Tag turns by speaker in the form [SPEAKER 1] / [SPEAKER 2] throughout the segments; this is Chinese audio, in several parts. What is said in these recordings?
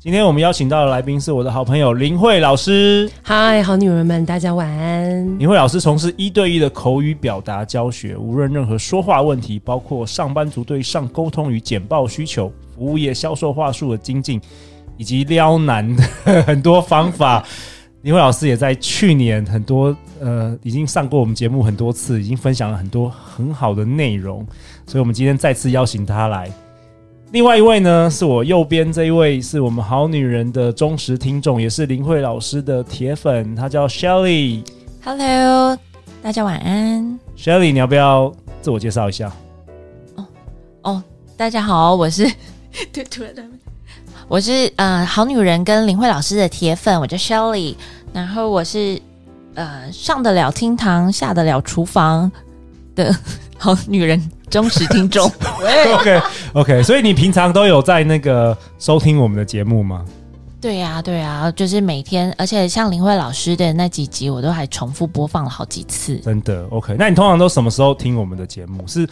[SPEAKER 1] 今天我们邀请到的来宾是我的好朋友林慧老师。
[SPEAKER 2] 嗨，好女人们，大家晚安。
[SPEAKER 1] 林慧老师从事一对一的口语表达教学，无论任何说话问题，包括上班族对上沟通与简报需求、服务业销售话术的精进，以及撩男的 很多方法。林慧老师也在去年很多呃已经上过我们节目很多次，已经分享了很多很好的内容，所以我们今天再次邀请她来。另外一位呢，是我右边这一位，是我们好女人的忠实听众，也是林慧老师的铁粉，她叫 Shelly。
[SPEAKER 3] Hello，大家晚安。
[SPEAKER 1] Shelly，你要不要自我介绍一下？
[SPEAKER 3] 大家好，我是 对突然我是呃好女人跟林慧老师的铁粉，我叫 Shelly，然后我是呃上得了厅堂，下得了厨房的 好女人忠实听众。
[SPEAKER 1] OK OK，所以你平常都有在那个收听我们的节目吗？
[SPEAKER 3] 对呀、对呀、就是每天，而且像林慧老师的那几集，我都还重复播放了好几次。
[SPEAKER 1] 真的 OK，那你通常都什么时候听我们的节目？是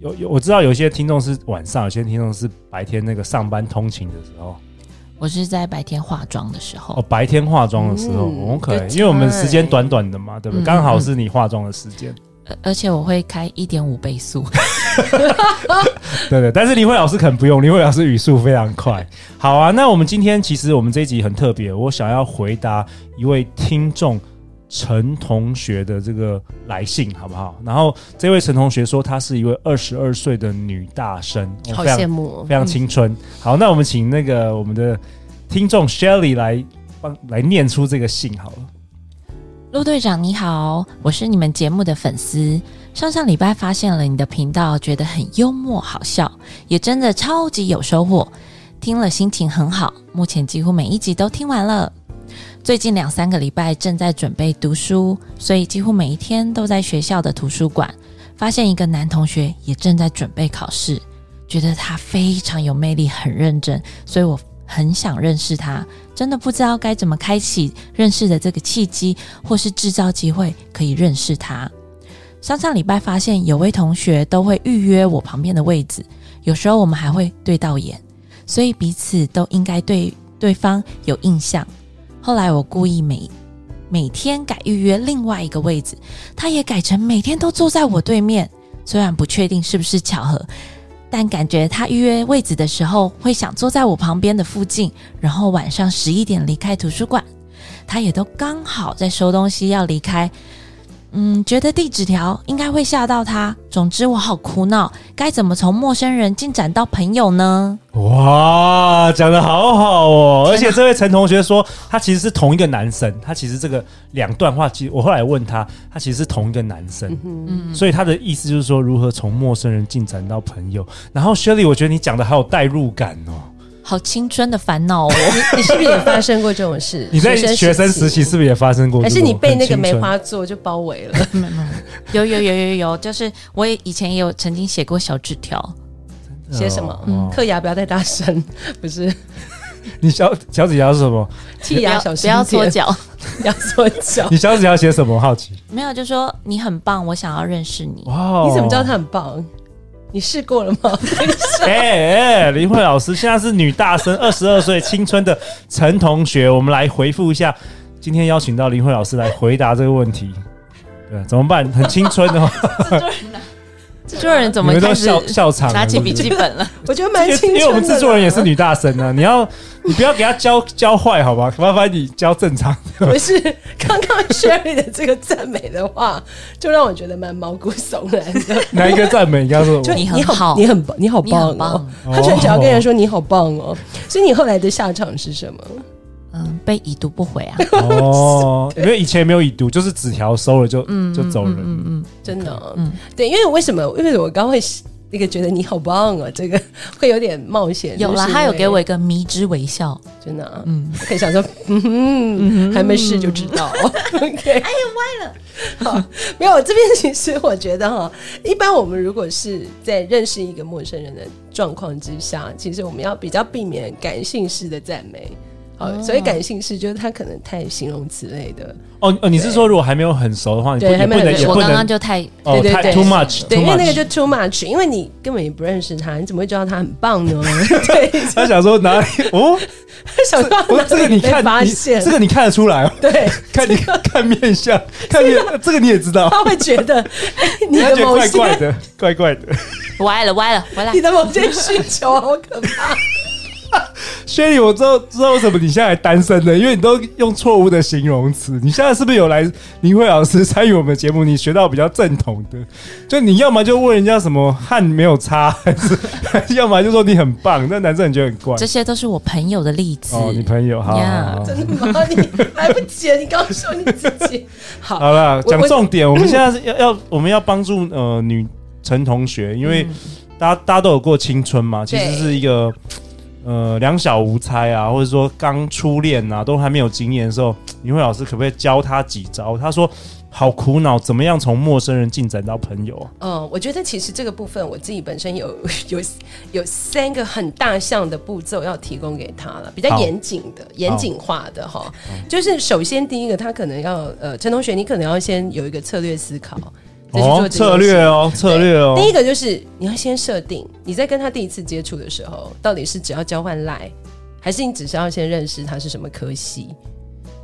[SPEAKER 1] 有有我知道有些听众是晚上，有些听众是白天那个上班通勤的时候，
[SPEAKER 3] 我是在白天化妆的时候，
[SPEAKER 1] 哦，白天化妆的时候、哦
[SPEAKER 2] 嗯
[SPEAKER 1] OK，
[SPEAKER 2] good
[SPEAKER 1] 因为我们时间短短的嘛，对不对？
[SPEAKER 3] 嗯
[SPEAKER 1] 刚好是你化妆的时间，
[SPEAKER 3] 呃而且我会开一点五倍速。
[SPEAKER 1] 对对，但是林慧老师可能不用，林慧老师语速非常快。好啊，那我们今天其实我们这一集很特别，我想要回答一位听众陈同学的这个来信，好不好？然后这位陈同学说，她是一位二十二岁的女大生，我
[SPEAKER 2] 好
[SPEAKER 1] 非常
[SPEAKER 2] 羡慕哦，
[SPEAKER 1] 非常青春。好，那我们请那个我们的听众 Shelly 来帮来念出这个信好了。
[SPEAKER 3] 陆队长你好，我是你们节目的粉丝。上上礼拜发现了你的频道，觉得很幽默好笑，也真的超级有收获，听了心情很好。目前几乎每一集都听完了。最近两三个礼拜正在准备读书，所以几乎每一天都在学校的图书馆。发现一个男同学也正在准备考试，觉得他非常有魅力，很认真，所以我很想认识他。真的不知道该怎么开启认识的这个契机，或是制造机会可以认识他。上上礼拜发现有位同学都会预约我旁边的位置，有时候我们还会对到眼，所以彼此都应该对对方有印象。后来我故意每每天改预约另外一个位置，他也改成每天都坐在我对面。虽然不确定是不是巧合，但感觉他预约位置的时候会想坐在我旁边的附近，然后晚上十一点离开图书馆。他也都刚好在收东西要离开。嗯，觉得递纸条应该会吓到他。总之，我好苦恼，该怎么从陌生人进展到朋友呢？
[SPEAKER 1] 哇，讲的好好哦！而且这位陈同学说，他其实是同一个男生，他其实这个两段话，其实我后来问他，他其实是同一个男生，
[SPEAKER 3] 嗯，
[SPEAKER 1] 所以他的意思就是说，如何从陌生人进展到朋友。然后 Shirley，我觉得你讲的好有代入感哦。？
[SPEAKER 3] 好青春的烦恼哦。
[SPEAKER 2] 嗯你是不是也发生过这种事
[SPEAKER 1] 你在学生时期是不是也发生过这
[SPEAKER 2] 还
[SPEAKER 1] 种？
[SPEAKER 2] 是你被那个
[SPEAKER 1] 很
[SPEAKER 2] 梅
[SPEAKER 1] 青春
[SPEAKER 2] 花座就包围 了？
[SPEAKER 3] 有有有有有，就是我也以前也有曾经写过小纸条，
[SPEAKER 2] 写什么
[SPEAKER 1] 嗯
[SPEAKER 2] 克牙不要太大声， 不是
[SPEAKER 1] 你小小指条是什么？
[SPEAKER 2] 剔
[SPEAKER 3] 不
[SPEAKER 2] 牙
[SPEAKER 3] 要
[SPEAKER 2] 小
[SPEAKER 3] 不
[SPEAKER 2] 心
[SPEAKER 3] 要搓
[SPEAKER 2] 点，
[SPEAKER 3] 脚，
[SPEAKER 2] 不要搓脚。
[SPEAKER 1] 你小指条写什么？好奇。
[SPEAKER 3] 没有就说你很棒，我想要认识你。
[SPEAKER 1] 哇哦
[SPEAKER 2] 你怎么知道他很棒？你试过了 吗？
[SPEAKER 1] 哎、哎、林慧老师现在是女大生，二十二岁，青春的陈同学，我们来回复一下，今天邀请到林慧老师来回答这个问题。对，怎么办？很青春 哦，
[SPEAKER 3] 制作人怎
[SPEAKER 1] 你
[SPEAKER 3] 么
[SPEAKER 1] 们都
[SPEAKER 3] 开始
[SPEAKER 1] 笑笑场了
[SPEAKER 3] 拿起笔
[SPEAKER 1] 是
[SPEAKER 3] 记本了？
[SPEAKER 2] 我觉得
[SPEAKER 1] 不
[SPEAKER 2] 蛮
[SPEAKER 1] 是
[SPEAKER 2] 清
[SPEAKER 1] 因为
[SPEAKER 2] 楚。
[SPEAKER 1] 因为我们制作人也是，女大生啊，你要你不要给他教教坏好吧？麻烦你教正常。
[SPEAKER 2] 不是刚刚 Sherry 的这个赞美的话，就让我觉得蛮毛骨悚然的。
[SPEAKER 1] 哪一个赞美？你刚说什
[SPEAKER 2] 就
[SPEAKER 1] 么
[SPEAKER 3] 哦你很好
[SPEAKER 2] 你很棒，你好
[SPEAKER 3] 你很
[SPEAKER 2] 棒哦
[SPEAKER 3] 棒！
[SPEAKER 2] 他居然只要跟人说你好棒哦，所以你后来的下场是什么？
[SPEAKER 3] 嗯，被已读不回啊。
[SPEAKER 1] 哦，因为以前没有已读，就是纸条收了就就走人。
[SPEAKER 3] 嗯嗯，
[SPEAKER 2] 真的哦、
[SPEAKER 3] 嗯
[SPEAKER 2] 对，因为为什么？因为我刚会那个觉得你好棒哦，这个会有点冒险。
[SPEAKER 3] 有啦，
[SPEAKER 2] 就是
[SPEAKER 3] 他有给我一个迷之微笑，
[SPEAKER 2] 真的、啊，
[SPEAKER 3] 嗯，
[SPEAKER 2] 可以 想说，嗯，还没试就知道。OK，哎呀，
[SPEAKER 1] 嗯
[SPEAKER 2] 歪了。 好，没有，这边其实我觉得哈，一般我们如果是在认识一个陌生人的状况之下，其实我们要比较避免感性式的赞美。好，
[SPEAKER 3] 哦
[SPEAKER 2] 所以感性式就是他可能太形容词类的，
[SPEAKER 1] 哦哦，你是说如果还没有很熟的话，你不
[SPEAKER 2] 对
[SPEAKER 1] 也
[SPEAKER 2] 还
[SPEAKER 1] 不
[SPEAKER 2] 没有
[SPEAKER 1] 能
[SPEAKER 2] 很
[SPEAKER 1] 也
[SPEAKER 2] 熟
[SPEAKER 3] 我
[SPEAKER 1] 不
[SPEAKER 3] 刚刚
[SPEAKER 1] 能
[SPEAKER 3] 就太
[SPEAKER 1] 哦，
[SPEAKER 2] 对对
[SPEAKER 1] 太
[SPEAKER 2] 对
[SPEAKER 1] too much，
[SPEAKER 2] 对，
[SPEAKER 1] too
[SPEAKER 2] 因为那个
[SPEAKER 1] much。
[SPEAKER 2] 就 too much，因为你根本也不认识他，你怎么会知道他很棒呢？ 对，
[SPEAKER 1] 他想说哪里？哦，
[SPEAKER 2] 想到
[SPEAKER 1] 我
[SPEAKER 2] 哪
[SPEAKER 1] 这个
[SPEAKER 2] 里
[SPEAKER 1] 你
[SPEAKER 2] 被
[SPEAKER 1] 看，
[SPEAKER 2] 发
[SPEAKER 1] 你
[SPEAKER 2] 现，
[SPEAKER 1] 这个你看得出来哦，
[SPEAKER 2] 对，
[SPEAKER 1] 看你看面相，看面这个你也知道，
[SPEAKER 2] 他会觉得、哎你
[SPEAKER 1] 他
[SPEAKER 2] 的
[SPEAKER 1] 觉得
[SPEAKER 2] 某
[SPEAKER 1] 怪
[SPEAKER 2] 些
[SPEAKER 1] 怪的，怪怪的。
[SPEAKER 3] 歪了歪了歪了
[SPEAKER 2] 你，的某些需求好可怕。
[SPEAKER 1] 轩宇，我知道知道为什么你现在还单身了，因为你都用错误的形容词。你现在是不是有来林慧老师 参与我们的节目？你学到比较正统的，就你要么就问人家什么汗没有擦，还是 要么就说你很棒。那男生你觉得很怪
[SPEAKER 3] 这些都是我朋友的例子。
[SPEAKER 1] 哦，你朋友好好
[SPEAKER 3] Yeah，
[SPEAKER 1] 好好
[SPEAKER 2] 真的吗？你来不及了，你刚说你自己好。
[SPEAKER 1] 好了，
[SPEAKER 2] 我
[SPEAKER 1] 讲重 点，我们现在是要要我们要帮助呃女陈同学，因为大家、大家都有过青春嘛，其
[SPEAKER 2] 嗯对
[SPEAKER 1] 实是一个呃两小无猜啊，或者说刚初恋啊，都还没有经验的时候，林慧老师可不可以教她几招？她说好苦恼，怎么样从陌生人进展到朋友啊？
[SPEAKER 2] 嗯，我觉得其实这个部分我自己本身有 有有三个很大项的步骤要提供给他了，比较
[SPEAKER 1] 好
[SPEAKER 2] 严谨的、严谨化的哈。就是首先第一个，他可能要呃，陈同学，你可能要先有一个策略思考，再去做这件事
[SPEAKER 1] 策略哦，策略哦，
[SPEAKER 2] 第一个就是你要先设定，你在跟他第一次接触的时候，到底是只要交换赖，还是你只是要先认识他是什么科系？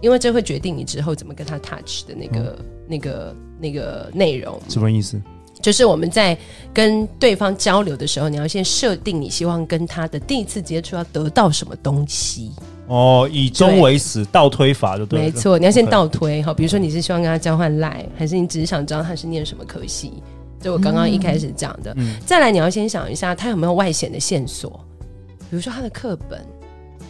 [SPEAKER 2] 因为这会决定你之后怎么跟他 touch 的那个、那个、那个内容。
[SPEAKER 1] 什么意思？
[SPEAKER 2] 就是我们在跟对方交流的时候，你要先设定你希望跟他的第一次接触要得到什么东西。
[SPEAKER 1] 哦，以终为始，倒推法就对了。
[SPEAKER 2] 没错，你要先
[SPEAKER 1] OK
[SPEAKER 2] 倒推哈，比如说你是希望跟他交换赖，还是你只是想知道他是念什么科系？就我刚刚一开始讲的。
[SPEAKER 1] 嗯
[SPEAKER 2] 再来，你要先想一下他有没有外显的线索，比如说他的课本。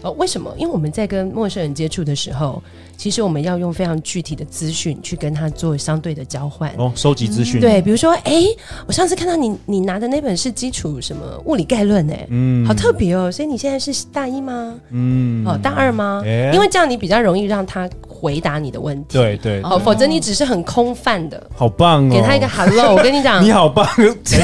[SPEAKER 2] 哦，为什么？因为我们在跟陌生人接触的时候，其实我们要用非常具体的资讯去跟他做相对的交换。
[SPEAKER 1] 哦，收集资讯。
[SPEAKER 2] 对，比如说，哎、我上次看到你你拿的那本是基础什么物理概论、哎、
[SPEAKER 1] 嗯
[SPEAKER 2] 好特别哦。所以你现在是大一吗？
[SPEAKER 1] 嗯
[SPEAKER 2] 哦，大二吗？
[SPEAKER 1] 哎
[SPEAKER 2] 因为这样你比较容易让他回答你的问题。
[SPEAKER 1] 对对，
[SPEAKER 2] 哦，否则你只是很空泛的，
[SPEAKER 1] 好棒哦！
[SPEAKER 2] 给他一个 hello。我跟你 讲
[SPEAKER 1] 你，好 棒，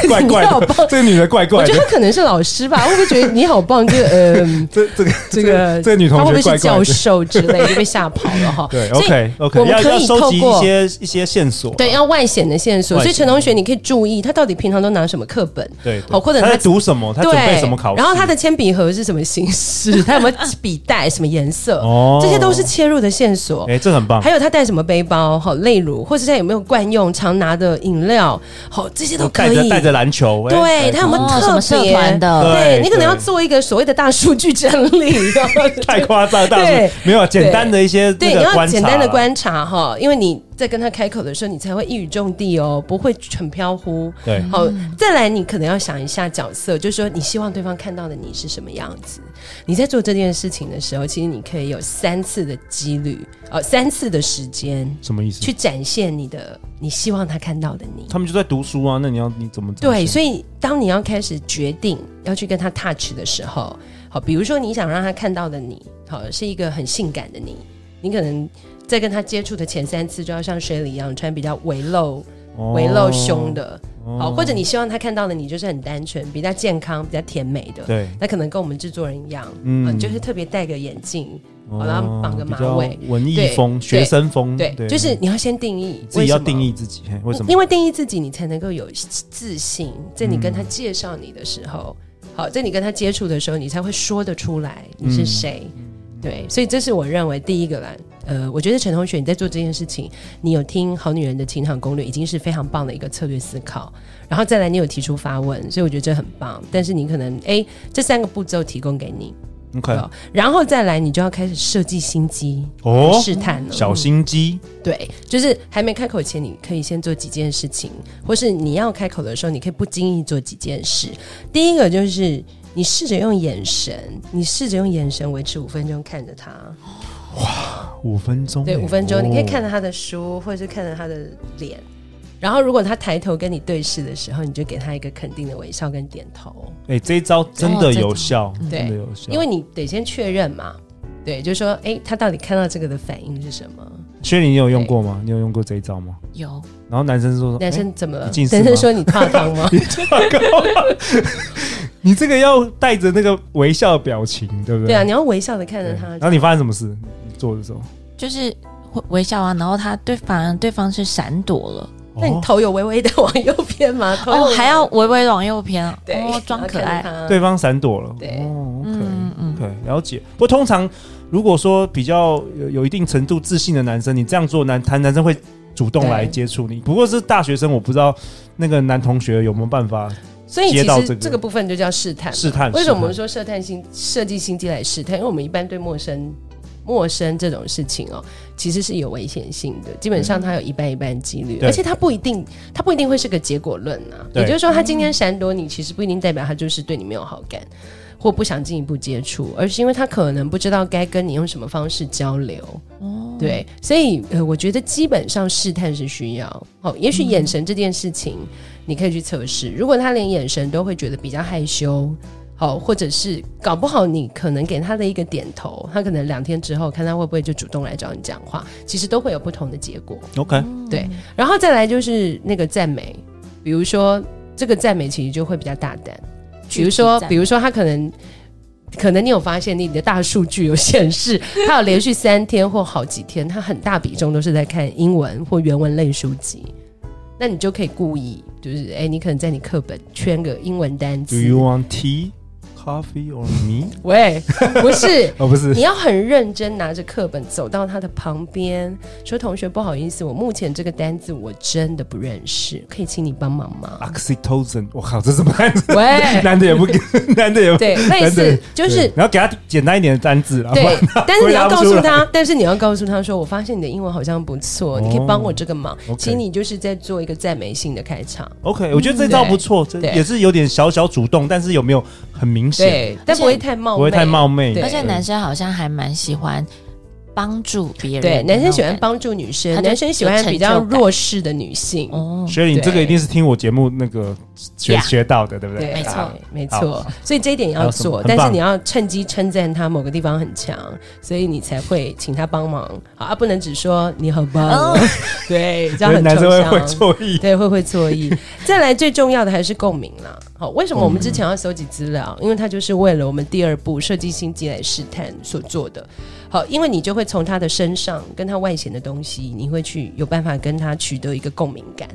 [SPEAKER 1] 怪怪
[SPEAKER 2] 嗯你好
[SPEAKER 1] 的，
[SPEAKER 2] 棒
[SPEAKER 1] 这个女的怪
[SPEAKER 2] 我
[SPEAKER 1] 怪
[SPEAKER 2] 觉得
[SPEAKER 1] 的，
[SPEAKER 2] 他可能是老师吧，会不会觉得你好棒？这 个呃，
[SPEAKER 1] 这这个
[SPEAKER 2] 这个
[SPEAKER 1] 这个女同
[SPEAKER 2] 他会不
[SPEAKER 1] 学
[SPEAKER 2] 会
[SPEAKER 1] 怪
[SPEAKER 2] 是
[SPEAKER 1] 怪
[SPEAKER 2] 教
[SPEAKER 1] 的。
[SPEAKER 2] 授之类就被吓跑了 哈？
[SPEAKER 1] 对
[SPEAKER 2] 所以
[SPEAKER 1] ，OK
[SPEAKER 2] 我
[SPEAKER 1] OK，
[SPEAKER 2] 们
[SPEAKER 1] 要
[SPEAKER 2] 可
[SPEAKER 1] 要
[SPEAKER 2] 以
[SPEAKER 1] 收
[SPEAKER 2] 透
[SPEAKER 1] 集一
[SPEAKER 2] 过
[SPEAKER 1] 些一些线索，
[SPEAKER 2] 对，要外显的线索。
[SPEAKER 1] 外
[SPEAKER 2] 所以
[SPEAKER 1] 显
[SPEAKER 2] 陈同学，你可以注意他到底平常都拿什么课本，
[SPEAKER 1] 对，
[SPEAKER 2] 好或者
[SPEAKER 1] 他
[SPEAKER 2] 他
[SPEAKER 1] 在读什么，他准备什么考试，
[SPEAKER 2] 然后他的铅笔盒是什么形 式，他有没有笔袋，什么颜色，
[SPEAKER 1] 哦
[SPEAKER 2] 这些都是切入的线索。
[SPEAKER 1] 哎，这很棒，
[SPEAKER 2] 还有他带什么背包，好，例如或者他有没有惯用常拿的饮料，好，这些都可
[SPEAKER 1] 带着
[SPEAKER 2] 以。
[SPEAKER 1] 带着篮球，哎
[SPEAKER 2] 对他有没有
[SPEAKER 3] 哦什么
[SPEAKER 2] 特
[SPEAKER 3] 社
[SPEAKER 2] 别
[SPEAKER 3] 团的？
[SPEAKER 1] 对
[SPEAKER 2] 对你可能要
[SPEAKER 1] 对
[SPEAKER 2] 做一个所谓的大数据整理，
[SPEAKER 1] 太夸张，大
[SPEAKER 2] 对
[SPEAKER 1] 叔没有简单的一些
[SPEAKER 2] 对，
[SPEAKER 1] 那
[SPEAKER 2] 你
[SPEAKER 1] 个
[SPEAKER 2] 要
[SPEAKER 1] 观察
[SPEAKER 2] 简单的
[SPEAKER 1] 啦
[SPEAKER 2] 观察哈，因为你在跟他开口的时候，你才会一语中的哦，不会很飘忽。
[SPEAKER 1] 对
[SPEAKER 2] 好，再来，你可能要想一下角色，就是说你希望对方看到的你是什么样子。你在做这件事情的时候，其实你可以有三次的几率，呃，三次的时间
[SPEAKER 1] 什么意思
[SPEAKER 2] 去？展现你的你希望他看到的你。
[SPEAKER 1] 他们就在读书啊，那你要你怎么展
[SPEAKER 2] 对，
[SPEAKER 1] 现
[SPEAKER 2] 所以当你要开始决定要去跟他 touch 的时候，好，比如说你想让他看到的你，好是一个很性感的你，你可能在跟他接触的前三次就要像 Shirley 一样穿比较微露、
[SPEAKER 1] 哦
[SPEAKER 2] 微露胸的，
[SPEAKER 1] 哦
[SPEAKER 2] 好，或者你希望他看到的你就是很单纯、比较健康、比较甜美的，
[SPEAKER 1] 对，
[SPEAKER 2] 那可能跟我们制作人一样，
[SPEAKER 1] 嗯
[SPEAKER 2] 嗯、就是特别戴个眼镜，
[SPEAKER 1] 哦
[SPEAKER 2] 然后绑个马尾，
[SPEAKER 1] 比较文艺
[SPEAKER 2] 对
[SPEAKER 1] 风、
[SPEAKER 2] 对
[SPEAKER 1] 学生风，
[SPEAKER 2] 对，就是你要先定义，
[SPEAKER 1] 嗯自己要
[SPEAKER 2] 为什么
[SPEAKER 1] 定义自己，嘿为什么？
[SPEAKER 2] 因为定义自己，你才能够有自信。在你跟他介绍你的时
[SPEAKER 1] 嗯
[SPEAKER 2] 候，好，在你跟他接触的时候，你才会说得出来你是谁。
[SPEAKER 1] 嗯
[SPEAKER 2] 对，所以这是我认为第一个啦。呃，我觉得陈同学你在做这件事情，你有听《好女人的情场攻略》，已经是非常棒的一个策略思考。然后再来，你有提出发问，所以我觉得这很棒。但是你可能哎，这三个步骤提供给你，
[SPEAKER 1] OK
[SPEAKER 2] 好然后再来，你就要开始设计心机、
[SPEAKER 1] 哦，
[SPEAKER 2] 试探了。
[SPEAKER 1] 小心机，
[SPEAKER 2] 对，就是还没开口前，你可以先做几件事情，或是你要开口的时候，你可以不经意做几件事。第一个就是你试着用眼神，你试着用眼神维持五分钟看着他，
[SPEAKER 1] 五分钟，
[SPEAKER 2] 对，
[SPEAKER 1] 哎
[SPEAKER 2] 五分钟，
[SPEAKER 1] 哦
[SPEAKER 2] 你可以看着他的书，或者是看着他的脸。然后如果他抬头跟你对视的时候，你就给他一个肯定的微笑跟点头，
[SPEAKER 1] 哎、这一招真的有效，
[SPEAKER 2] 哦对
[SPEAKER 1] 真的有效。
[SPEAKER 2] 因为你得先确认嘛。对，就说哎，他到底看到这个的反应是什么？
[SPEAKER 1] 薛林，你有用过吗？你有用过这一招吗？
[SPEAKER 3] 有
[SPEAKER 1] 然后男生说，
[SPEAKER 2] 男
[SPEAKER 1] 哎
[SPEAKER 2] 生怎么
[SPEAKER 1] 你
[SPEAKER 2] 了？男
[SPEAKER 1] 近视吗
[SPEAKER 2] 生说你怕疼 吗？
[SPEAKER 1] 你这个要带着那个微笑的表情，对不对？
[SPEAKER 2] 对啊，你要微笑的看着
[SPEAKER 1] 对
[SPEAKER 2] 他
[SPEAKER 1] 然。后你发生什么事？你做的时候，
[SPEAKER 3] 就是会微笑啊，然后他对反而对方是闪躲了，
[SPEAKER 2] 那你
[SPEAKER 1] 哦
[SPEAKER 2] 头有微微的往右偏吗？头有
[SPEAKER 3] 哦，还要微微往右偏啊，
[SPEAKER 2] 对
[SPEAKER 3] 哦，装可爱，。
[SPEAKER 1] 对方闪躲了，
[SPEAKER 2] 啊对
[SPEAKER 1] 哦，OK，
[SPEAKER 3] 嗯嗯
[SPEAKER 1] OK，了解。不过通常如果说比较有有一定程度自信的男生，你这样做男谈男生会主动来
[SPEAKER 2] 对
[SPEAKER 1] 接触你。不过是大学生，我不知道那个男同学有没有办法
[SPEAKER 2] 所以其
[SPEAKER 1] 接到这
[SPEAKER 2] 实
[SPEAKER 1] 个
[SPEAKER 2] 这个部分就叫试探。
[SPEAKER 1] 试探。
[SPEAKER 2] 为什么我们
[SPEAKER 1] 试探
[SPEAKER 2] 说设探心设计心机来试探？因为我们一般对陌生陌生这种事情哦，其实是有危险性的。基本上它有一半一半几率，
[SPEAKER 1] 嗯对
[SPEAKER 2] 而且它不一定，它不一定会是个结果论啊。
[SPEAKER 1] 对
[SPEAKER 2] 也就是说，他今天闪躲你，其实不一定代表他就是对你没有好感。或不想进一步接触，而是因为他可能不知道该跟你用什么方式交流。
[SPEAKER 3] 哦，
[SPEAKER 2] 对，所以呃，我觉得基本上试探是需要。哦，也许眼神这件事情，你可以去测试。如果他连眼神都会觉得比较害羞，好，或者是搞不好你可能给他的一个点头，他可能两天之后看他会不会就主动来找你讲话，其实都会有不同的结果。
[SPEAKER 1] OK，
[SPEAKER 2] 对，然后再来就是那个赞美，比如说这个赞美其实就会比较大胆，比如说，比如说他可能。可能你有发现，你的大数据有显示，他有连续三天或好几天，他很大比重都是在看英文或原文类书籍。那你就可以故意，就是哎、你可能在你课本圈个英文单
[SPEAKER 1] Do you
[SPEAKER 2] 词。
[SPEAKER 1] want tea, coffee or me？
[SPEAKER 2] 喂，不是，
[SPEAKER 1] 哦， 不是
[SPEAKER 2] 你要很认真拿着课本走到他的旁边，说：“同学，不好意思，我目前这个单字我真的不认识，可以请你帮忙吗
[SPEAKER 1] ，oxytocin。我靠，这怎么办？？”
[SPEAKER 2] 喂，
[SPEAKER 1] 男的也 不，男的也不，
[SPEAKER 2] 对， 类似就是
[SPEAKER 1] 对然后给他简单一点的单字啦。不
[SPEAKER 2] 对
[SPEAKER 1] 然，
[SPEAKER 2] 但是你要告诉
[SPEAKER 1] 回答
[SPEAKER 2] 他，但是你要告诉他说，我发现你的英文好像不错，
[SPEAKER 1] 哦
[SPEAKER 2] 你可以帮我这个忙。
[SPEAKER 1] OK
[SPEAKER 2] 其实你就是在做一个赞美性的开场，
[SPEAKER 1] OK，我觉得这招不错，这
[SPEAKER 2] 嗯对
[SPEAKER 1] 也是有点小小主动，但是有没有很明显？
[SPEAKER 2] 对，但不会太冒昧，
[SPEAKER 1] 不会太冒昧。
[SPEAKER 2] 对
[SPEAKER 3] 而且男生好像还蛮喜欢帮助别人的
[SPEAKER 2] 对，
[SPEAKER 3] 那种感觉，
[SPEAKER 2] 男生喜欢帮助女生
[SPEAKER 3] 他，就
[SPEAKER 2] 男生喜欢比较弱势的女性。
[SPEAKER 3] 哦，
[SPEAKER 1] 所以你
[SPEAKER 2] 对
[SPEAKER 1] 这个一定是听我节目那个学
[SPEAKER 3] Yeah
[SPEAKER 1] 学到的，对不对？
[SPEAKER 2] 对，
[SPEAKER 3] 没错
[SPEAKER 1] 啊，
[SPEAKER 2] 没
[SPEAKER 1] 好
[SPEAKER 2] 错。所以这一点
[SPEAKER 1] 还
[SPEAKER 2] 要
[SPEAKER 1] 有什么
[SPEAKER 2] 做，
[SPEAKER 1] 很
[SPEAKER 2] 但是
[SPEAKER 1] 棒
[SPEAKER 2] 你要趁机称赞他某个地方很强，所以你才会请他帮忙。好啊，不能只说你好棒哦， 对，这
[SPEAKER 1] 所
[SPEAKER 2] 样
[SPEAKER 1] 以
[SPEAKER 2] 很
[SPEAKER 1] 男生
[SPEAKER 2] 抽
[SPEAKER 1] 会
[SPEAKER 2] 象
[SPEAKER 1] 会错意。
[SPEAKER 2] 对，会会 错意。再来最重要的还是共鸣啦。好，为什么我们之前要搜集资料？因为它就是为了我们第二步设计心机来试探所做的。好，因为你就会从他的身上跟他外显的东西，你会去有办法跟他取得一个共鸣感。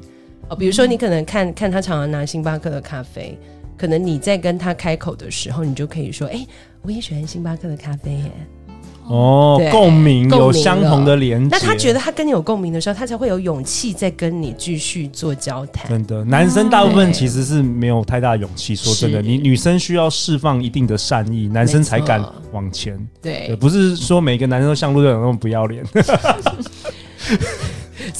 [SPEAKER 2] 哦，比如
[SPEAKER 3] 嗯
[SPEAKER 2] 说你可能看看他常常拿星巴克的咖啡，可能你在跟他开口的时候，你就可以说：“哎、我也喜欢星巴克的咖啡耶。
[SPEAKER 3] 嗯
[SPEAKER 1] 哦
[SPEAKER 2] 对，
[SPEAKER 1] 共鸣
[SPEAKER 2] 共鸣
[SPEAKER 1] 有相同的连接。
[SPEAKER 2] 那他觉得他跟你有共鸣的时候，他才会有勇气再跟你继续做交谈。
[SPEAKER 1] 真的，男生大部分
[SPEAKER 2] 嗯对
[SPEAKER 1] 其实是没有太大勇气。说真的，
[SPEAKER 2] 是
[SPEAKER 1] 你女生需要释放一定的善意，男生才敢
[SPEAKER 2] 没错
[SPEAKER 1] 往前。
[SPEAKER 2] 对
[SPEAKER 1] 对，，不是说每个男生都像陆队长那么不要脸。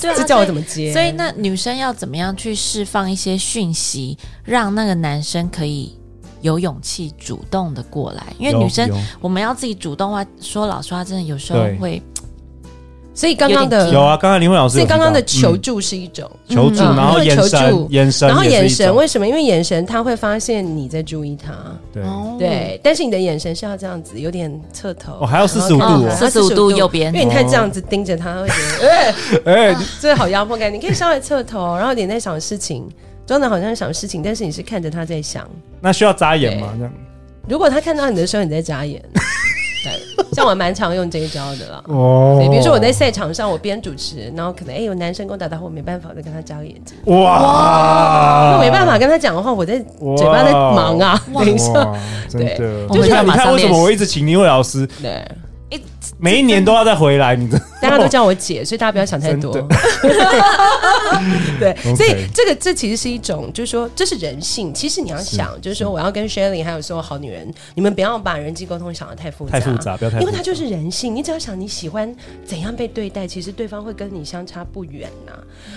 [SPEAKER 3] 对啊
[SPEAKER 2] 这叫我怎
[SPEAKER 3] 么？
[SPEAKER 2] 么接？
[SPEAKER 3] 所以那女生要怎么样去释放一些讯息，让那个男生可以有勇气主动的过来？因为
[SPEAKER 1] 有
[SPEAKER 3] 女生
[SPEAKER 1] 有
[SPEAKER 3] 我们要自己主动话，说老实话，真的有时候
[SPEAKER 1] 对
[SPEAKER 3] 会
[SPEAKER 2] 所以刚刚
[SPEAKER 3] 有点
[SPEAKER 2] 的，
[SPEAKER 1] 有啊，刚才林慧老师
[SPEAKER 2] 嗯所以
[SPEAKER 1] 有提到
[SPEAKER 2] 刚刚的求
[SPEAKER 1] 嗯
[SPEAKER 2] 助是一种，
[SPEAKER 1] 求助，
[SPEAKER 3] 嗯
[SPEAKER 1] 然后
[SPEAKER 2] 嗯
[SPEAKER 1] 眼
[SPEAKER 2] 求
[SPEAKER 1] 神
[SPEAKER 2] 助
[SPEAKER 1] 眼神，
[SPEAKER 2] 然后眼
[SPEAKER 1] 也是一
[SPEAKER 2] 神
[SPEAKER 1] 种
[SPEAKER 2] 为什么？因为眼神他会发现你在注意他，
[SPEAKER 1] 对。
[SPEAKER 3] 哦
[SPEAKER 2] 对，但是你的眼神是要这样子，有点侧头，
[SPEAKER 1] 哦还要45度
[SPEAKER 2] 然后
[SPEAKER 1] 哦
[SPEAKER 2] 看
[SPEAKER 3] 四十五度右。边
[SPEAKER 2] 因，为你太这样子盯着他，会觉得哎，
[SPEAKER 1] 哎，
[SPEAKER 2] 这好压迫感。你可以稍微侧头，然后有点在想事情，装的好像想事情，但是你是看着他在想。
[SPEAKER 1] 那需要眨眼吗？这样
[SPEAKER 2] 如果他看到你的时候，你在眨 眼。对，像我蛮常用这一招的啦。
[SPEAKER 1] 哦
[SPEAKER 2] 对，比如说我在赛场上，我边主持，然后可能哎、有男生跟我打招呼，我没办法，我就跟他眨眼睛。
[SPEAKER 1] 哇
[SPEAKER 2] 那没办法跟他讲的话，我在
[SPEAKER 1] 啊哇
[SPEAKER 2] 嘴巴在忙啊， 等一下。
[SPEAKER 1] 哇，真的，你
[SPEAKER 3] 对
[SPEAKER 1] 看，
[SPEAKER 3] 我们就要
[SPEAKER 1] 你
[SPEAKER 3] 马
[SPEAKER 1] 看
[SPEAKER 3] 上
[SPEAKER 1] 为什么
[SPEAKER 3] 练习
[SPEAKER 1] 我一直请林慧老师，
[SPEAKER 2] 对，
[SPEAKER 1] 每一年都要再回来，你知道
[SPEAKER 2] 大家都叫我姐，所以大家不要想太多
[SPEAKER 1] 真。
[SPEAKER 2] 对，
[SPEAKER 1] OK
[SPEAKER 2] 所以这个这其实是一种，就是说这是人性。其实你要想，就是说我要跟 Shelly 还有所有好女人，你们不要把人际沟通想的太复杂，
[SPEAKER 1] 太复杂，不要太复杂，
[SPEAKER 2] 因为它就是人性，你只要想你喜欢怎样被对待，其实对方会跟你相差不远呐、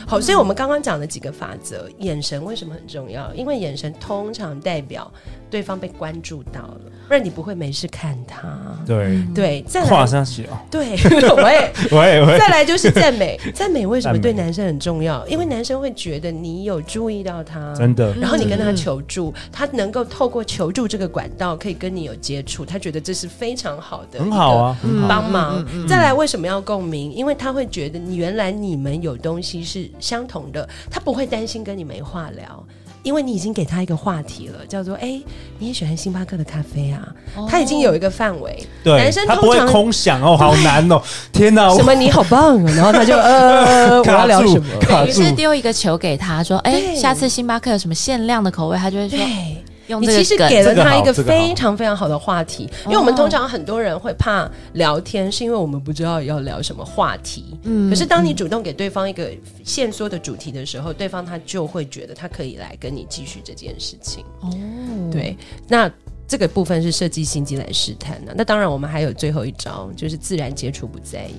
[SPEAKER 2] 好，所以我们刚刚讲的几个法则，眼神为什么很重要？因为眼神通常代表对方被关注到了，不然你不会没事看他。
[SPEAKER 1] 对。
[SPEAKER 2] 对，再
[SPEAKER 1] 画
[SPEAKER 2] 来，
[SPEAKER 1] 上去哦，
[SPEAKER 2] 对，我也
[SPEAKER 1] 喂喂
[SPEAKER 2] 再，来就是赞美，赞美为什
[SPEAKER 1] 赞
[SPEAKER 2] 么
[SPEAKER 1] 美
[SPEAKER 2] 对男生很重要？因因为男生会觉得你有注意到他，
[SPEAKER 1] 真的，
[SPEAKER 2] 然后你跟他
[SPEAKER 3] 嗯
[SPEAKER 2] 求助，他能够透过求助这个管道可以跟你有接触，他觉得这是非常好的，
[SPEAKER 1] 很好。啊，很好。
[SPEAKER 2] 帮忙，
[SPEAKER 1] 嗯
[SPEAKER 2] 再来为什么要共鸣？因为他会觉得你原来你们有东西是相同的，他不会担心跟你没话聊，因为你已经给他一个话题了，叫做哎、你也喜欢星巴克的咖啡啊？
[SPEAKER 1] 哦
[SPEAKER 2] 他已经有一个范围，
[SPEAKER 1] 对，
[SPEAKER 2] 男生
[SPEAKER 1] 他不
[SPEAKER 2] 通
[SPEAKER 1] 会
[SPEAKER 2] 常
[SPEAKER 1] 空想哦，好难哦，天哪，我
[SPEAKER 2] 什么你好棒啊，然后他就 呃，我要
[SPEAKER 1] 卡
[SPEAKER 2] 聊
[SPEAKER 1] 住
[SPEAKER 2] 什么？
[SPEAKER 1] 卡
[SPEAKER 3] 于
[SPEAKER 1] 住
[SPEAKER 3] 是，丢一个球给他说：“哎、
[SPEAKER 2] 对
[SPEAKER 3] 下次星巴克有什么限量的口味？”他就会说
[SPEAKER 2] 对。：“
[SPEAKER 3] 用
[SPEAKER 2] 你
[SPEAKER 3] 这
[SPEAKER 2] 其
[SPEAKER 3] 个
[SPEAKER 2] 实
[SPEAKER 3] 梗。
[SPEAKER 2] 给了
[SPEAKER 1] 这个
[SPEAKER 2] 他
[SPEAKER 1] 好
[SPEAKER 2] 一个
[SPEAKER 1] 这个好哦
[SPEAKER 2] 非常非常好的话题，因为我们通常很多人会怕聊天，是因为我们不知道要聊什么话题。
[SPEAKER 3] 嗯
[SPEAKER 2] 可是当你主动给对方一个线索的主题的时候，对方他就会觉得他可以来跟你继续这件事情。
[SPEAKER 3] 哦，
[SPEAKER 1] 嗯
[SPEAKER 2] 对，那这个部分是设计心机来试探啊的、那当然，我们还有最后一招，就是自然接触不在意。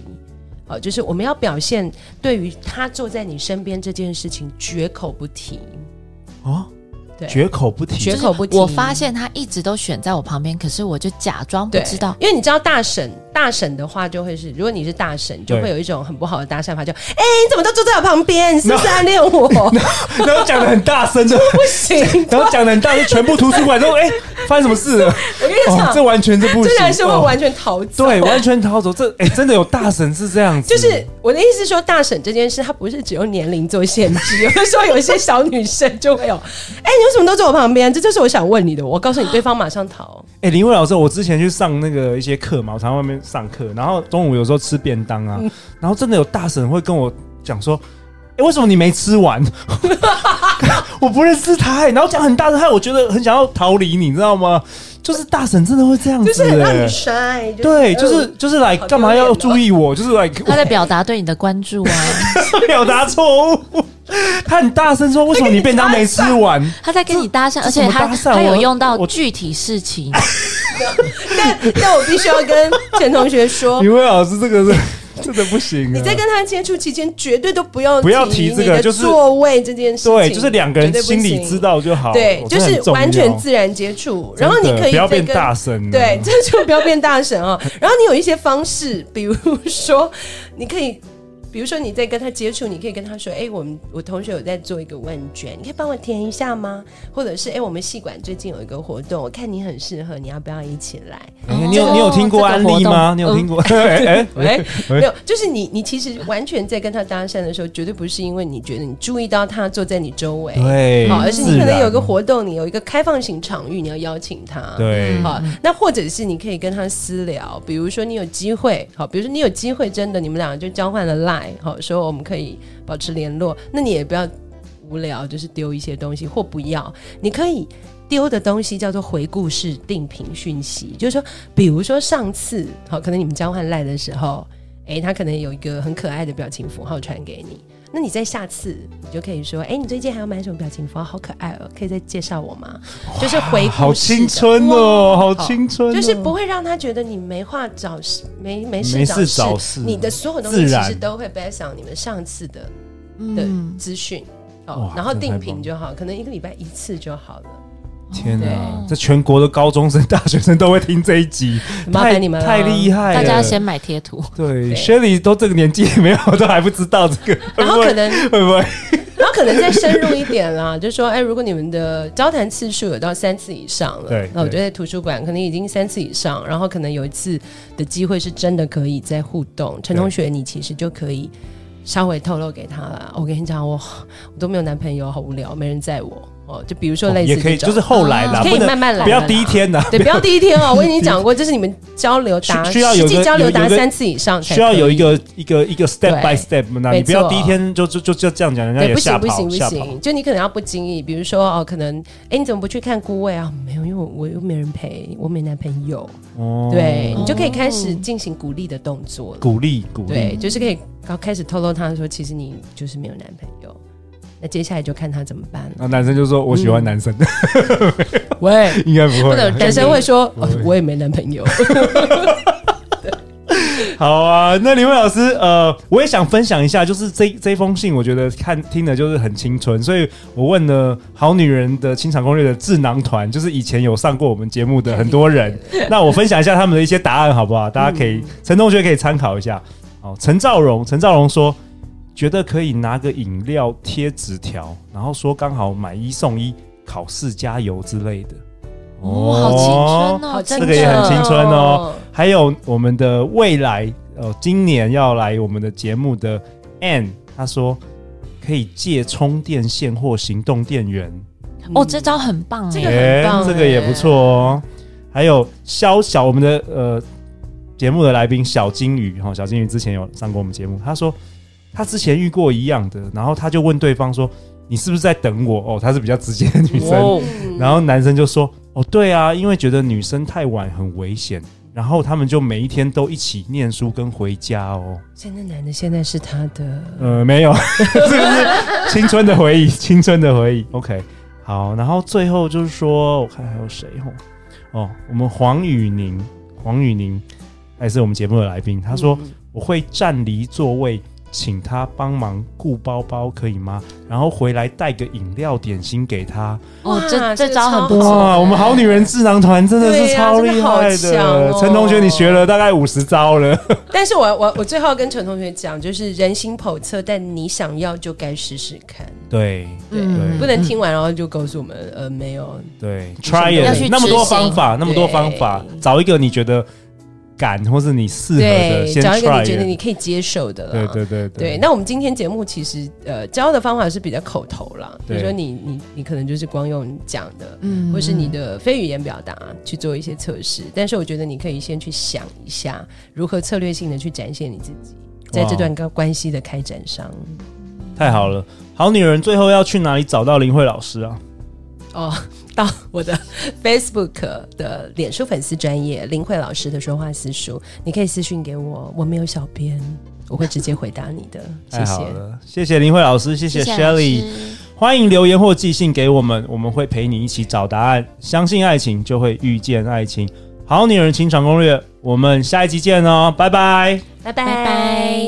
[SPEAKER 2] 好，就是我们要表现对于他坐在你身边这件事情绝口不提，
[SPEAKER 1] 哦，
[SPEAKER 2] 对，
[SPEAKER 1] 绝口不提，
[SPEAKER 2] 绝口不提。
[SPEAKER 3] 我发现他一直都选在我旁边，可是我就假装不
[SPEAKER 2] 对，
[SPEAKER 3] 知道。
[SPEAKER 2] 因为你知道大婶，大婶的话就会是，如果你是大婶，就
[SPEAKER 1] 对
[SPEAKER 2] 会有一种很不好的搭讪法，就哎、你怎么都坐在我旁边？你是不是暗恋 我？
[SPEAKER 1] 然后讲的很大声 的，
[SPEAKER 2] 不行，
[SPEAKER 1] 然后讲的很大声，全部图书馆都哎，发生什么事了？
[SPEAKER 2] 我跟你
[SPEAKER 1] 哦
[SPEAKER 2] 讲，
[SPEAKER 1] 这完全这不行，
[SPEAKER 2] 这男生会
[SPEAKER 1] 哦
[SPEAKER 2] 完全逃走。
[SPEAKER 1] 对，完全逃走。这哎，真的有大神是这样子，
[SPEAKER 2] 就是我的意思是说，大婶这件事，它不是只有年龄做限制，有的时候有一些小女生就会有，哎、你为什么都坐我旁边？这就是我想问你的。我告诉你，对方马上逃。
[SPEAKER 1] 哎、林慧老师，我之前去上那个一些课嘛，我常在外面上课，然后中午有时候吃便当
[SPEAKER 2] 嗯
[SPEAKER 1] 啊，然后真的有大婶会跟我讲说：“哎、为什么你没吃完？” 我不认识他、欸，然后讲很大声，害我觉得很想要逃离，你知道吗？就是大婶真的会这样
[SPEAKER 2] 就
[SPEAKER 1] 子、
[SPEAKER 2] 是很让
[SPEAKER 1] 欸，
[SPEAKER 2] 你摔，就是嗯
[SPEAKER 1] 对，就是就是来
[SPEAKER 2] 好丢
[SPEAKER 1] 干嘛要
[SPEAKER 2] 脸哦
[SPEAKER 1] 注意我？就是来
[SPEAKER 3] 他在表达对你的关注啊，
[SPEAKER 1] 表达错误，他很大声说：“为什么你便当没吃 完？”
[SPEAKER 3] 他在跟你搭讪，而啊
[SPEAKER 1] 这
[SPEAKER 3] 且
[SPEAKER 1] 这
[SPEAKER 3] 他
[SPEAKER 1] 什么搭讪
[SPEAKER 3] 他有
[SPEAKER 1] 我
[SPEAKER 3] 用到
[SPEAKER 1] 我
[SPEAKER 3] 具体事情。
[SPEAKER 2] 但但我必须要跟陈同 学说，
[SPEAKER 1] 林慧老师，这个是真的不行、啊。
[SPEAKER 2] 你在跟他接触期间，绝对都不要
[SPEAKER 1] 不要提这个
[SPEAKER 2] 你的
[SPEAKER 1] 就是
[SPEAKER 2] 座位这件事情，
[SPEAKER 1] 对，就是两个人
[SPEAKER 2] 绝对不
[SPEAKER 1] 心
[SPEAKER 2] 行
[SPEAKER 1] 里知，道就好。
[SPEAKER 2] 对，
[SPEAKER 1] 我
[SPEAKER 2] 就
[SPEAKER 1] 觉得很
[SPEAKER 2] 是
[SPEAKER 1] 重要
[SPEAKER 2] 完全自然接触，然后你
[SPEAKER 1] 真的
[SPEAKER 2] 可以
[SPEAKER 1] 不要
[SPEAKER 2] 再
[SPEAKER 1] 变
[SPEAKER 2] 跟
[SPEAKER 1] 大啊声。
[SPEAKER 2] 对，， 这就不要变大神哦。然后你有一些方式，比如说，你可以，比如说你在跟他接触，你可以跟他说：“哎、我们我同学有在做一个问卷，你可以帮我填一下吗？”或者是：“哎、我们系馆最近有一个活动，我看你很适合，你要不要一起来
[SPEAKER 1] 哎
[SPEAKER 3] 哦
[SPEAKER 1] 你有你有听过安利吗？你
[SPEAKER 3] 这个
[SPEAKER 1] 有
[SPEAKER 2] 嗯
[SPEAKER 3] 活动
[SPEAKER 1] 听 过？哎？”
[SPEAKER 2] 喂
[SPEAKER 1] 哎，
[SPEAKER 2] 没有，就是你，你其实完全在跟他搭讪的时候，绝对不是因为你觉得你注意到他坐在你周围，
[SPEAKER 1] 对，
[SPEAKER 2] 好，而是你
[SPEAKER 1] 自
[SPEAKER 2] 可能
[SPEAKER 1] 然
[SPEAKER 2] 有一个活动，你有一个开放型场域，你要邀请他，
[SPEAKER 1] 对
[SPEAKER 2] 好，那或者是你可以跟他私聊，比如说你有机会，好，比如说你有机会真的你们两个就交换了 line，好，说哦我们可以保持联络，那你也不要无聊，就是丢一些东西或不要，你可以。丢的东西叫做回顾式定频讯息，就是说，比如说上次，好，可能你们交换 line 的时候，诶，他可能有一个很可爱的表情符号传给你，那你在下次你就可以说，诶，你最近还要买什么表情符号？好可爱哦，可以再介绍我吗？就是回顾式的
[SPEAKER 1] 好青春哦，好青春哦，
[SPEAKER 2] 就是不会让他觉得你没话找事，没没事
[SPEAKER 1] 没
[SPEAKER 2] 找
[SPEAKER 1] 事
[SPEAKER 2] 事，
[SPEAKER 1] 找事，
[SPEAKER 2] 你的所有东西
[SPEAKER 1] 自
[SPEAKER 2] 其
[SPEAKER 1] 然
[SPEAKER 2] 实都会 based on 你们上次的的
[SPEAKER 3] 嗯，
[SPEAKER 2] 资讯。哦
[SPEAKER 1] 哇，
[SPEAKER 2] 然后
[SPEAKER 1] 这太
[SPEAKER 2] 定
[SPEAKER 1] 棒
[SPEAKER 2] 频
[SPEAKER 1] 了
[SPEAKER 2] 就好，可能一个礼拜一次就好了。
[SPEAKER 1] 天哪
[SPEAKER 3] 对，
[SPEAKER 1] 这全国的高中生、大学生都会听这一集，
[SPEAKER 2] 麻
[SPEAKER 1] 太
[SPEAKER 2] 烦你们了
[SPEAKER 1] 太厉害了！
[SPEAKER 3] 大家先买贴图。
[SPEAKER 1] 对
[SPEAKER 2] 对
[SPEAKER 1] ，Shelly 都这个年纪没有，都还不知道这个，
[SPEAKER 2] 然后可能，
[SPEAKER 1] 会不会
[SPEAKER 2] 然后可能再深入一点啦， 就说，哎，如果你们的交谈次数有到三次以上了
[SPEAKER 1] 对，
[SPEAKER 2] 那我
[SPEAKER 1] 对
[SPEAKER 2] 觉得在图书馆可能已经三次以上，然后可能有一次的机会是真的可以再互动。陈
[SPEAKER 1] 对
[SPEAKER 2] 同学，你其实就可以稍微透露给他了。我跟你讲，我我都没有男朋友，好无聊，没人载我。哦，就比如说类似
[SPEAKER 1] 也可以，
[SPEAKER 2] 这种嗯
[SPEAKER 1] 就是后来啦，
[SPEAKER 2] 可
[SPEAKER 1] 不
[SPEAKER 2] 以
[SPEAKER 1] 能
[SPEAKER 2] 慢慢来，
[SPEAKER 1] 不要第一。天呐，
[SPEAKER 2] 对，不要第一天哦，我 已经讲过，这是你们交流达
[SPEAKER 1] 需需要有
[SPEAKER 2] 实
[SPEAKER 1] 个
[SPEAKER 2] 际交流达
[SPEAKER 1] 有有个
[SPEAKER 2] 三次以上才可以，
[SPEAKER 1] 需要有一个一个一个 step
[SPEAKER 2] 对
[SPEAKER 1] by step 那
[SPEAKER 2] 没
[SPEAKER 1] 你不要
[SPEAKER 2] 错
[SPEAKER 1] 第一天就就就就这样讲，人家
[SPEAKER 2] 对，
[SPEAKER 1] 也
[SPEAKER 2] 不
[SPEAKER 1] 吓
[SPEAKER 2] 行不行
[SPEAKER 1] 跑
[SPEAKER 2] 不
[SPEAKER 1] 吓跑。
[SPEAKER 2] 行，就你可能要不经意，比如说哦，可能哎，你怎么不去看姑位啊？没有，因为我我又没人陪，我没男朋友，
[SPEAKER 1] 哦
[SPEAKER 2] 对你就可以
[SPEAKER 3] 哦
[SPEAKER 2] 开始进行鼓励的动作了。
[SPEAKER 1] 鼓励鼓
[SPEAKER 2] 对，
[SPEAKER 1] 励，
[SPEAKER 2] 就是可以刚开始透露他说，其实你就是没有男朋友。那接下来就看他怎么 办了。
[SPEAKER 1] 那男生就说我喜欢男生，
[SPEAKER 2] 喂，
[SPEAKER 1] 应该不会
[SPEAKER 2] 嗯不能
[SPEAKER 1] 啊。
[SPEAKER 2] 男生会说、
[SPEAKER 1] 不会
[SPEAKER 2] 哦我也没男朋友。
[SPEAKER 1] 好啊，那林慧老师，呃，我也想分享一下，就是这这封信，我觉得看听的就是很青春，所以我问了《好女人的情场攻略》的智囊团，就是以前有上过我们节目的很多人， 那我分享一下他们的一些
[SPEAKER 3] 嗯
[SPEAKER 1] 答案好不好？大家可以，陈同学可以参考一下。好，陈兆荣，陈兆荣说，觉得可以拿个饮料贴纸条，然后说刚好买一送一，考试加油之类的。
[SPEAKER 3] 哦，好青春哦，
[SPEAKER 2] 好
[SPEAKER 3] 真
[SPEAKER 1] 这
[SPEAKER 3] 的
[SPEAKER 1] 个也很青春哦。还有我们的未来，呃，今年要来我们的节目的 Ann，他说可以借充电线或行动电源，
[SPEAKER 3] 哦，这招很棒
[SPEAKER 2] 这
[SPEAKER 3] 哎
[SPEAKER 2] 个。很棒
[SPEAKER 1] 这个也
[SPEAKER 2] 哎
[SPEAKER 1] 不错哦。还有肖小，我们的呃节目的来宾小金鱼哈、小金鱼之前有上过我们节目，他说他之前遇过一样的，然后他就问对方说：“你是不是在等我？”哦，他是比较直接的 女生，
[SPEAKER 2] 哦
[SPEAKER 1] 然后男生就说：“哦，对啊，因为觉得女生太晚很危险。”然后他们就每一天都一起念书跟回家哦。
[SPEAKER 2] 现在男的现在是他的，
[SPEAKER 1] 呃，没有， 这个是青春的 回忆，青春的回忆。OK，好，然后最后就是说，我看还有谁哦？哦，我们黄宇宁，黄宇宁还是我们节目的来宾，他说、我会站离座位，请他帮忙顾包包，可以吗？然后回来带个饮料点心给他。
[SPEAKER 3] 哦，
[SPEAKER 2] 哇
[SPEAKER 3] 这
[SPEAKER 2] 这
[SPEAKER 3] 这招很哎
[SPEAKER 2] 不错
[SPEAKER 1] 哇，我们好女人智囊团真的
[SPEAKER 2] 啊对
[SPEAKER 1] 是
[SPEAKER 2] 呀
[SPEAKER 1] 超厉害
[SPEAKER 2] 真的
[SPEAKER 1] 的
[SPEAKER 2] 好，强哦
[SPEAKER 1] 陈同学，你学了大概五十招了。
[SPEAKER 2] 但是我我我最后要跟陈同学讲，就是人心叵测，但你想要就该试试看，
[SPEAKER 1] 对
[SPEAKER 2] 对，
[SPEAKER 1] 嗯
[SPEAKER 2] 不能听完然后就告诉我们呃没有，
[SPEAKER 1] 对
[SPEAKER 2] 么
[SPEAKER 1] ，try
[SPEAKER 2] 要
[SPEAKER 1] it，
[SPEAKER 3] 去
[SPEAKER 1] 那么
[SPEAKER 3] 执
[SPEAKER 1] 多
[SPEAKER 3] 行
[SPEAKER 1] 方法，那么多方法，找一个你觉得敢或是你适合的，
[SPEAKER 2] 对，
[SPEAKER 1] 先
[SPEAKER 2] 找一个
[SPEAKER 1] try
[SPEAKER 2] 你觉得
[SPEAKER 1] it
[SPEAKER 2] 你可以接受的啦，
[SPEAKER 1] 对对对
[SPEAKER 2] 对，那我们今天节目其实呃教的方法是比较口头啦，比
[SPEAKER 1] 对
[SPEAKER 2] 如说你你你可能就是光用讲的，
[SPEAKER 3] 嗯
[SPEAKER 2] 或是你的非语言表达去做一些测试，但是我觉得你可以先去想一下如何策略性的去展现你自己。在这段关关系的开展上，
[SPEAKER 1] 太好了。好女人最后要去哪里找到林慧老师啊？
[SPEAKER 2] 哦， 到我的 Facebook 的脸书粉丝专业林慧老师的说话私塾，你可以私讯给我，我没有小编，我会直接回答你的，谢
[SPEAKER 1] 太好
[SPEAKER 2] 谢。
[SPEAKER 1] 了，谢谢林慧老师，谢谢
[SPEAKER 3] 谢谢老
[SPEAKER 1] Shelly。
[SPEAKER 3] 师
[SPEAKER 1] 欢迎留言或寄信给我们，我们会陪你一起找答案。相信爱情，就会遇见爱情。好女人情场攻略，我们下一集见哦，拜拜。
[SPEAKER 2] 拜
[SPEAKER 3] 拜
[SPEAKER 2] 拜
[SPEAKER 3] 拜。